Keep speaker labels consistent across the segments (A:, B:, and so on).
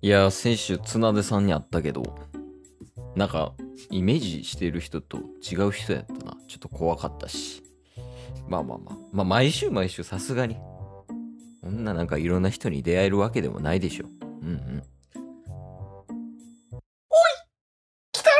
A: いや、先週、綱出さんに会ったけど、なんか、イメージしてる人と違う人やったな。ちょっと怖かったし。まあまあまあ。まあ、毎週毎週、さすがに。こんななんかいろんな人に出会えるわけでもないでしょ。うんうん。 おい来たろ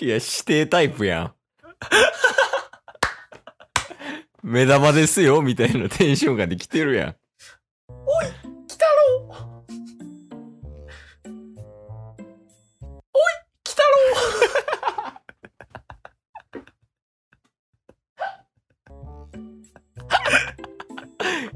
A: いや、指定タイプやん。 目玉ですよ、みたいなテンションができてるやん。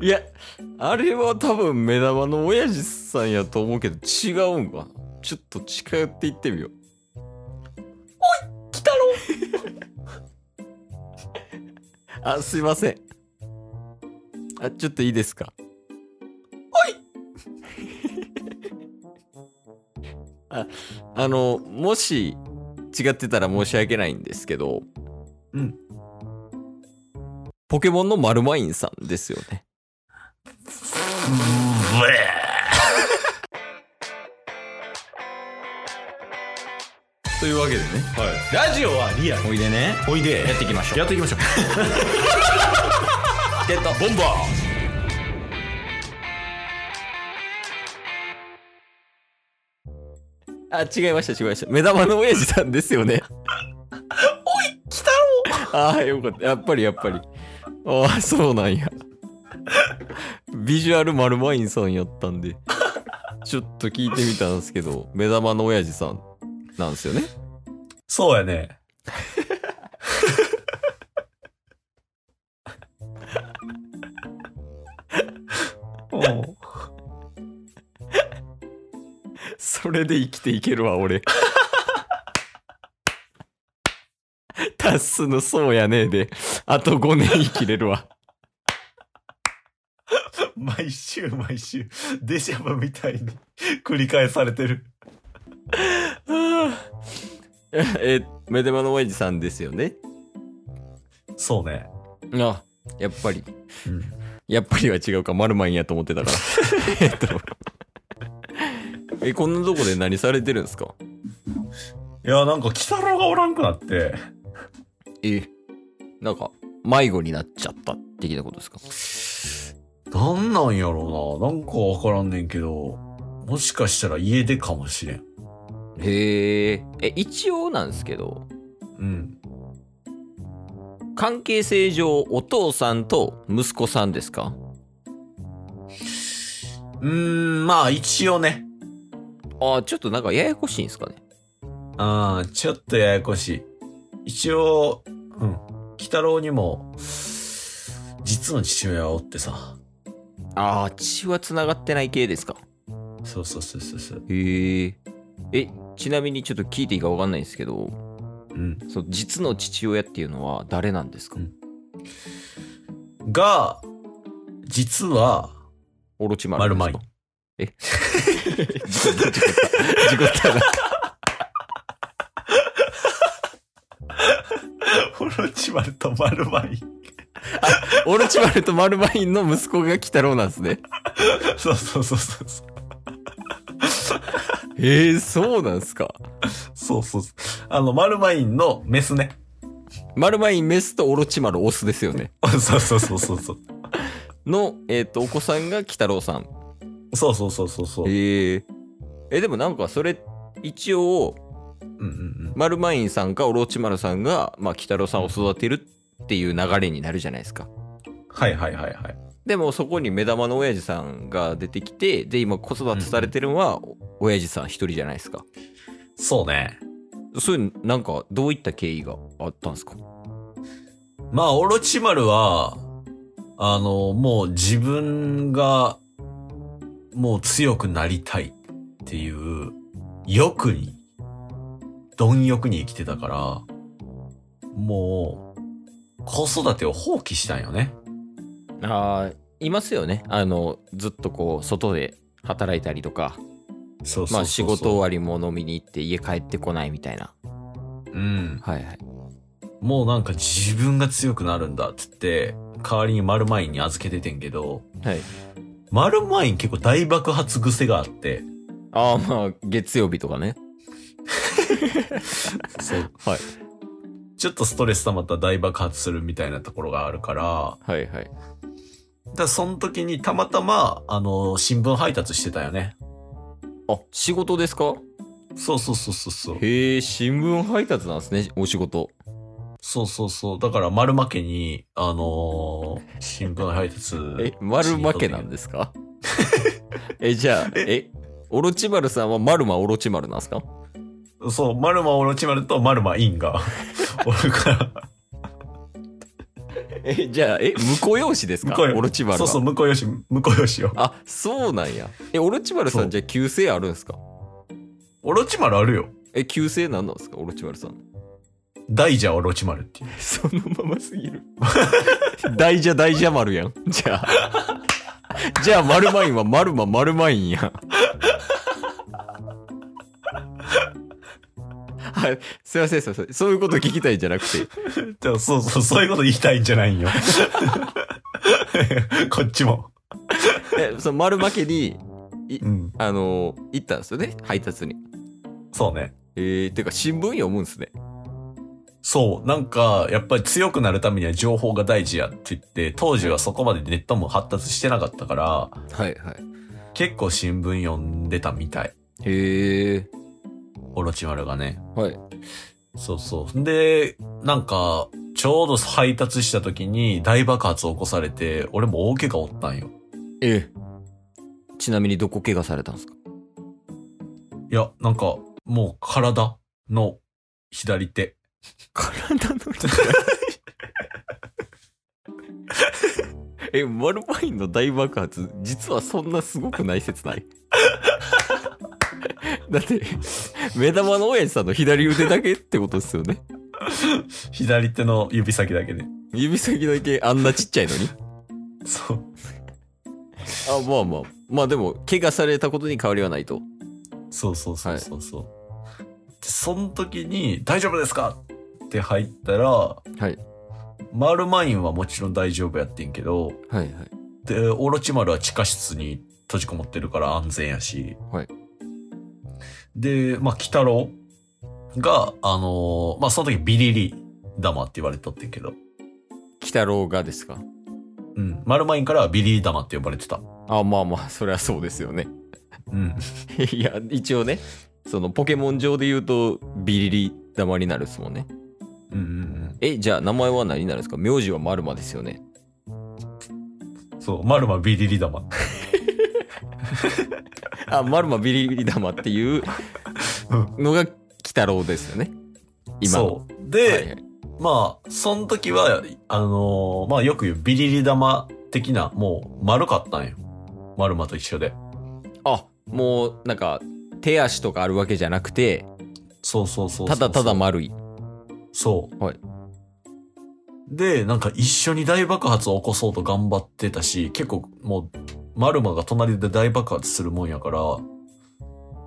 A: いや、あれは多分目玉の親父さんやと思うけど違うんかな。ちょっと近寄っていってみよう。
B: 来たろ
A: あ、すいません。あ、ちょっといいですか
B: はい
A: あ、あの、もし違ってたら申し訳ないんですけど、
B: うん。
A: ポケモンのマルマインさんですよね。というわけでね、
B: ラジオはリアル。
A: おいでね、
B: おいで。
A: やっていきましょう。
B: やっていきましょう。
A: ゲット
B: ボンバ
A: あ、違いました、違いました。目玉の親父さんですよね。
B: ー来た
A: ああ、よかった。やっぱり、やっぱり。ああ、そうなんや。ビジュアル丸マインさんやったんで、ちょっと聞いてみたんですけど、目玉の親父さんなんですよね。
B: そうやね。おう
A: それで生きていけるわ、 俺。タッスのそうやねえで、あと5年生きれるわ。
B: 毎週毎週、デジャブみたいに繰り返されてる。
A: え、目玉の親父さんですよね。
B: そうね。
A: あ、やっぱり。
B: うん。
A: やっぱりは違うか、マルマンやと思ってたから。 えっと。え、こんなとこで何されてるんですか
B: いや、なんか、来たろがおらんくなって。
A: え、なんか、迷子になっちゃった的なことですか
B: なんなんやろうな。なんかわからんねんけど、もしかしたら家出かもしれん。
A: へえ。え、一応なんですけど、
B: うん。
A: 関係性上、お父さんと息子さんですか
B: うーん、まあ一応ね。
A: ああ、ちょっとなんかややこしいんですかね。
B: ああ、ちょっとややこしい。一応、うん。北郎にも、実の父親はおってさ。
A: ああ、血は繋がってない系ですか
B: そうそうそうそうそう。
A: へえ。え、ちなみにちょっと聞いていいかわかんないんですけど、
B: うん。
A: その実の父親っていうのは誰なんですか、
B: うんが、実 は、
A: オロチマルですか
B: マルマ
A: え 事故った、事故った。事故ったな。
B: オロチマルとマルマイ。
A: オロチマルとマルマインの息子が鬼太郎なんですね。
B: そうそうそうそうそう。
A: えー、そうなんすか。
B: そうそうそう。あの、マルマインのメスね。
A: マルマインメスとオロチマルオスですよね。
B: そうそうそうそうそう。
A: の、えっ、と、お子さんが鬼太郎さん。
B: そうそうそうそうそう。
A: えええ、でもなんかそれ、一応、
B: うんうん
A: マルマインさんかオロチマルさんが、まあ、鬼太郎さんを育てるっていう流れになるじゃないですか。
B: うん。はいはいはいはい。
A: でもそこに目玉の親父さんが出てきて、で、今子育てされてるのは、親父さん一人じゃないですか。
B: そうね。
A: そういう、なんか、どういった経緯があったんですか
B: まあ、オロチマルは、あの、もう自分が、もう強くなりたいっていう、欲に、貪欲に生きてたから、もう、子育てを放棄したんよね。
A: ああ、いますよね。あの、ずっとこう、外で働いたりとか、
B: そうそ
A: ま
B: うそう
A: あ
B: そ
A: 仕
B: う。
A: 事終わりも飲みに行って家帰ってこないみたいな。
B: うん。
A: はいはい。
B: もうなんか自分が強くなるんだってって、代わりに丸前に預けててんけど、
A: はい。
B: マルマイン結構大爆発癖があって、
A: ああ、まあ、月曜日とかね。
B: そう。
A: はい。
B: ちょっとストレス溜まったら大爆発するみたいなところがあるから、
A: はいはい。
B: だからその時にたまたま、あの、新聞配達してたよね。
A: あ、仕事ですか
B: そうそうそうそうそう。
A: へえ、新聞配達なんですね、お仕事。
B: そうそうそう。だから丸負けに、あのー新聞配達。
A: え、丸負けなんですか え、じゃあ、え、オロチマルさんはマルマオロチマルなんですか
B: そう、マルマオロチマルとマルマイ ンがおるから。
A: え、じゃあ、え、婿養子ですか
B: 婿養
A: オロチマルは。
B: そうそう、向こうよし、向こうよしよ。
A: あ、そうなんや。え、オロチマルさ
B: そうん
A: じゃあ旧姓あるんですか
B: オロチマルあるよ。
A: え、旧姓なんなんですかオロチマルさん。
B: 大蛇オロチマルっていう。
A: そのまますぎる。 大蛇大蛇丸やん。じゃあ。 じゃあ、丸マインは丸マ丸マイン やん。はい、すいません、すいません。そういうこと聞きたいんじゃなくて。
B: でもそうそう、そういうこと言いたいんじゃ ないんよ。こっちも。
A: え、その丸負けに、
B: うん。
A: あのー行ったんですよね、配達に。
B: そうね。
A: えー、てか新聞読むんですね。
B: そう。なんか、やっぱり強くなるためには情報が大事やって言って、当時はそこまでネットも発達してなかったから、
A: はいはい。
B: 結構新聞読んでたみたい。
A: へえ。
B: オロチマルがね。
A: はい。
B: そうそう。で、なんか、ちょうど配達した時に大爆発を起こされて、俺も大怪我おったんよ。
A: ええ。ちなみにどこ怪我されたんですか
B: いや、なんか、もう体の左手。
A: 体の え、マルパインの大爆発、実はそんなすごくない説ない だって、目玉の親父さんの左腕だけってことですよね。
B: 左手の指先だけで。
A: 指先だけあんなちっちゃいのに。
B: そう。
A: あ、まあまあ。まあでも、怪我されたことに変わりはないと。
B: そうそうそうそうそう。で、その時に、大丈夫ですかって入ったら、
A: はい。
B: マルマインはもちろん大丈夫やってんけど、
A: はいはい。
B: で、オロチマルは地下室に閉じこもってるから安全やし。
A: はい
B: で、まあ、鬼太郎が、あのーまあ、その時ビリリ玉って言われとってんけど、
A: 鬼太郎がですか
B: うん。マルマインからはビリリ玉って呼ばれてた。
A: あ、まあまあ、それはそうですよね。
B: うん。
A: いや、一応ね、そのポケモン上で言うと、ビリリ玉になるっすもんね。
B: うんうん
A: え、じゃあ名前は何になるんですか名字はマルマですよね。
B: うん。そう、マルマビリリ玉。
A: あ、マルマビリビリ玉っていうのが鬼太郎ですよね。今の。
B: そう。
A: は
B: で、
A: いはい
B: まあ、その時は、あのーまあよく言うビリリ玉的な、もう丸かったんよ。丸まと一緒で。
A: あ、もうなんか、手足とかあるわけじゃなくて、
B: そうそうそうそう。
A: ただただ。丸い。
B: そう。
A: はい。
B: で、なんか一緒に大爆発を起こそうと頑張ってたし、結構もう、マルマが隣で大爆発するもんやから、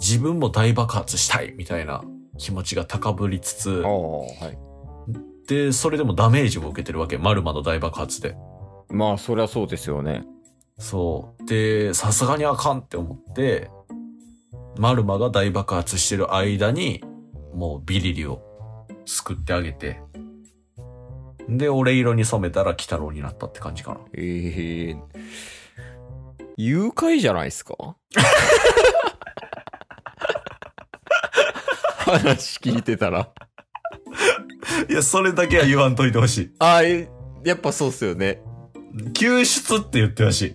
B: 自分も大爆発したいみたいな気持ちが高ぶりつつ
A: あ、あ、はい。
B: で、それでもダメージを受けてるわけ、マルマの大爆発で。
A: まあ、そりゃそうですよね。
B: そう。で、さすがにあかんって思って、マルマが大爆発してる間に、もうビリリを救ってあげて、で、俺色に染めたら鬼太郎になったって感じかな。
A: ええ誘拐じゃないですか話聞いてたら。
B: いや、それだけは言わんといてほし
A: あえやっぱそうっすよね。
B: い。救出って言ってほしい。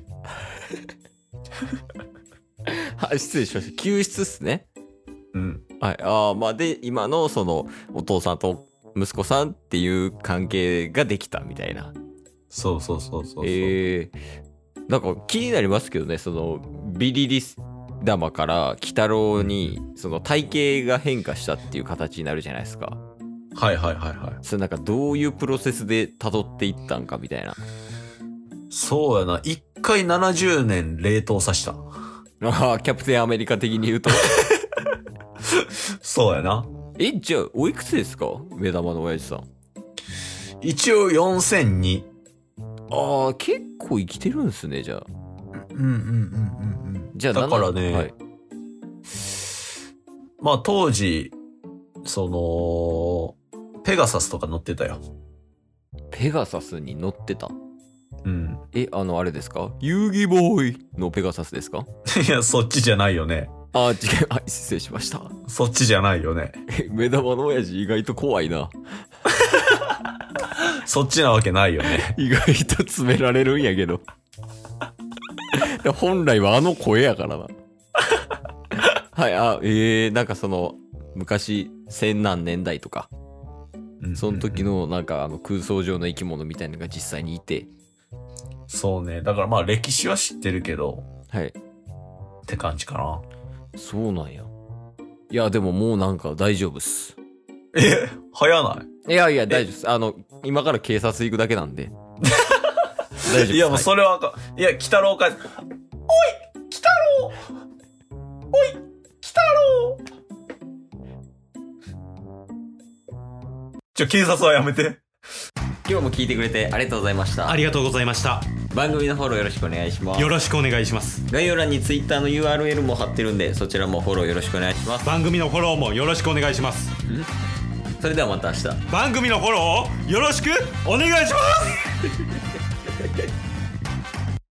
A: は失礼しました。救出っすね。
B: うん。
A: はい。ああ、まあで、今のその、お父さんと息子さんっていう関係ができたみたいな。
B: そうそうそうそうそう。
A: ええなんか気になりますけどね、その、ビリリス玉から鬼太郎に、その体型が変化したっていう形になるじゃないですか。
B: はいはいはいはい。
A: それなんかどういうプロセスで辿っていったんかみたいな。
B: そうやな。一回70年冷凍させた。
A: ああ、キャプテンアメリカ的に言うと。
B: そうやな。
A: え、じゃあ、おいくつですか目玉の親父さん。
B: 一応4002。
A: ああ、結構生きてるんですね、じゃあ。
B: うんうんうんうんうん。
A: じゃあ
B: だからね
A: はい、
B: まあ当時、その、ペガサスとか乗ってたよ。
A: ペガサスに乗ってた
B: うん。
A: えあのあれですか遊戯ボーイのペガサスですか
B: いや、そっちじゃないよね。
A: あー違うあ 失礼しました
B: そっちじゃないよね。
A: え目玉の親父意外と怖いな
B: そっちなわけないよね。
A: 意外と詰められるんやけど本来はあの声やからなはいあえー、なんかその昔千何年代とかその時
B: の。
A: のなんかあの空想上の生き物みたいなのが実際にいて
B: そうね。だからまあ歴史は知ってるけど、
A: はい
B: って感じかな。
A: そうなんやいやでももうなんか大丈夫っす
B: え、早ない
A: やいや大丈夫っすあの今から警察行くだけ なんで大丈夫っす
B: いいや、もう
A: はい
B: それはあかん。いや、鬼太郎か。おい鬼太郎おい鬼太郎ちょ、警察はやめて。
A: 今日も聞いてくれてありがとうございました
C: ありがとうございました。
A: 番組のフォローよろしくお願いします
C: よろしくお願いします。
A: 概要欄に Twitter の URL も貼ってるんでそちらもフォローよろしくお願いします
C: 番組のフォローもよろしくお願いします。
A: それではまた明日
C: 番組のフォローをよろしくお願いします